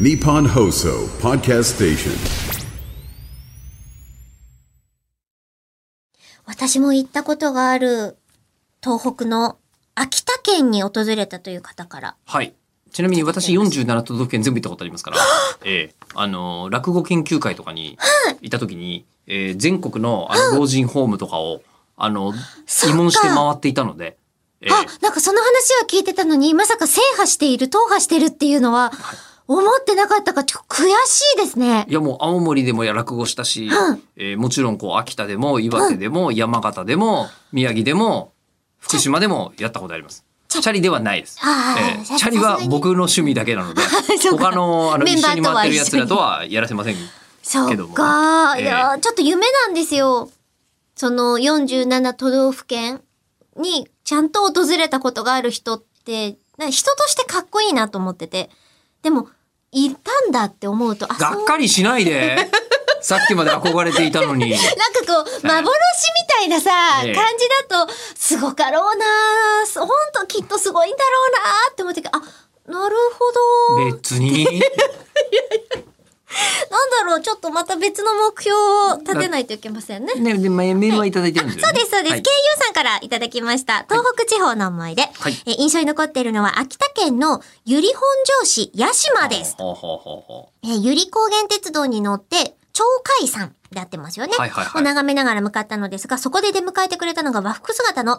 Nippon Hoso Podcast Station. 私も行ったことがある東北の秋田県に訪れたという方から。はい。ちなみに私47都道府県全部行ったことありま すから、ええあの、落語研究会とかに行った時に、えー全国のあの老人ホームとかを、あの、そっか慰問して回っていたので、ええあ、なんかその話は聞いてたのに、まさか制覇している、踏破してるっていうのは、思ってなかったから、ちょっと悔しいですねい。やもう青森でも落語したし、うんえーもちろんこう秋田でも岩手でも山形でも宮城でも福島でもやったことあります。チャリではないです。あーえーじゃあチャリはさすがに僕の趣味だけなので そうか他のあのメン一バー緒に回ってるやつらととははやらせませんそけどっも。か。いええや、ちょっと夢なんですよ。その47都道府県にちゃんと訪れたことがある人って、なんか人としてかっこいいなと思ってて。でも、いたんだって思うと、あ、がそっうかりしない で。さっきまで憧れていたのに。 なんかこう、幻みたいなさ、感ええじだと、すごかろうな本当きっとすごいんだろうなって思って、あ、なるほど。別に。なんだろう、ちょっとまた別の目標を立てないといけませんね。ね、で、まメールはいただいてるんですよ、そうねです、そうです。はい KU さんからいただきました。東北地方の思い出。いえー印象に残っているのは、秋田県の百合本庄市八島です。ほうほうほうほえー百合高原鉄道に乗って、鳥海山であってますよね。はいはいはをい眺めながら向かったのですが、そこで出迎えてくれたのが和服姿の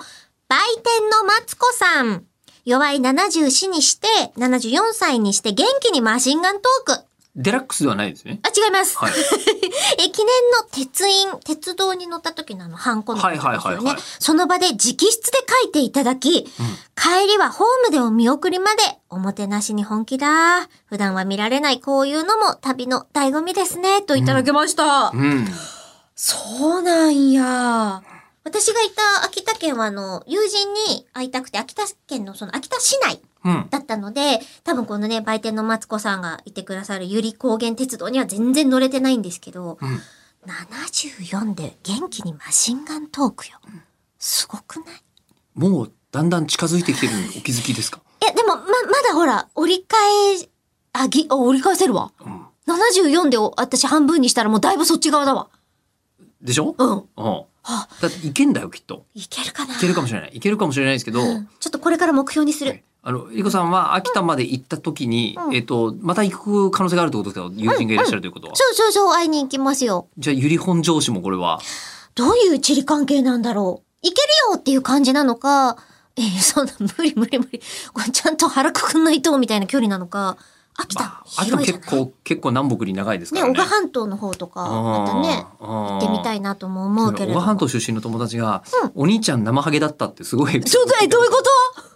売店のマツコさん。弱い74にして、74歳にして元気にマシンガントーク。うデラックスではないですね。あ、違います。はいえ記念の鉄印、鉄道に乗った時のあの、ハンコの部分ですよね、はいはいはいはいその場で直筆で書いていただき、帰りはホームでお見送りまで、おもてなしに本気だ。普段は見られないこういうのも旅の醍醐味ですね、といただきました。うん。そうなんや。私がいた秋田県は、あの、友人に会いたくて、秋田県のその秋田市内うん。だったので、多分このね、売店のマツコさんがいてくださる百合高原鉄道には全然乗れてないんですけど、うん。 74で元気にマシンガントークよ。すごくないもう、だんだん近づいてきてるのお気づきですかえ、でも、ま、まだほら、折り返し、あ、ぎ、あ、折り返せるわ。うん。 74でお私半分にしたらもうだいぶそっち側だわ。でしょ。うんん。あだって、いけんだよ、きっと。いけるかないけるかもしれない。いけるかもしれないですけど、うんちょっとこれから目標にすはいる。あの、えりこさんは秋田まで行った時に、うんえっと、また行く可能性があるってことですけど、友人がいらっしゃるということは。そうそうそう、会いに行きますよ。じゃあ、ゆり本上司もこれは、どういう地理関係なんだろういけるよっていう感じなのか、えー、そんな、無理無理無理。これちゃんと腹くくんないと、みたいな距離なのか、秋田、まあ、秋田広いじゃ結ないね、構、結構南北に長いですか小らね。鹿半島の方とか、またね、行行ってみたいなとも思うけれ小ど川も。半島出身の友達が、お兄ちゃん生ハゲだったってすごいエピちソょーっドと、え、どういうこと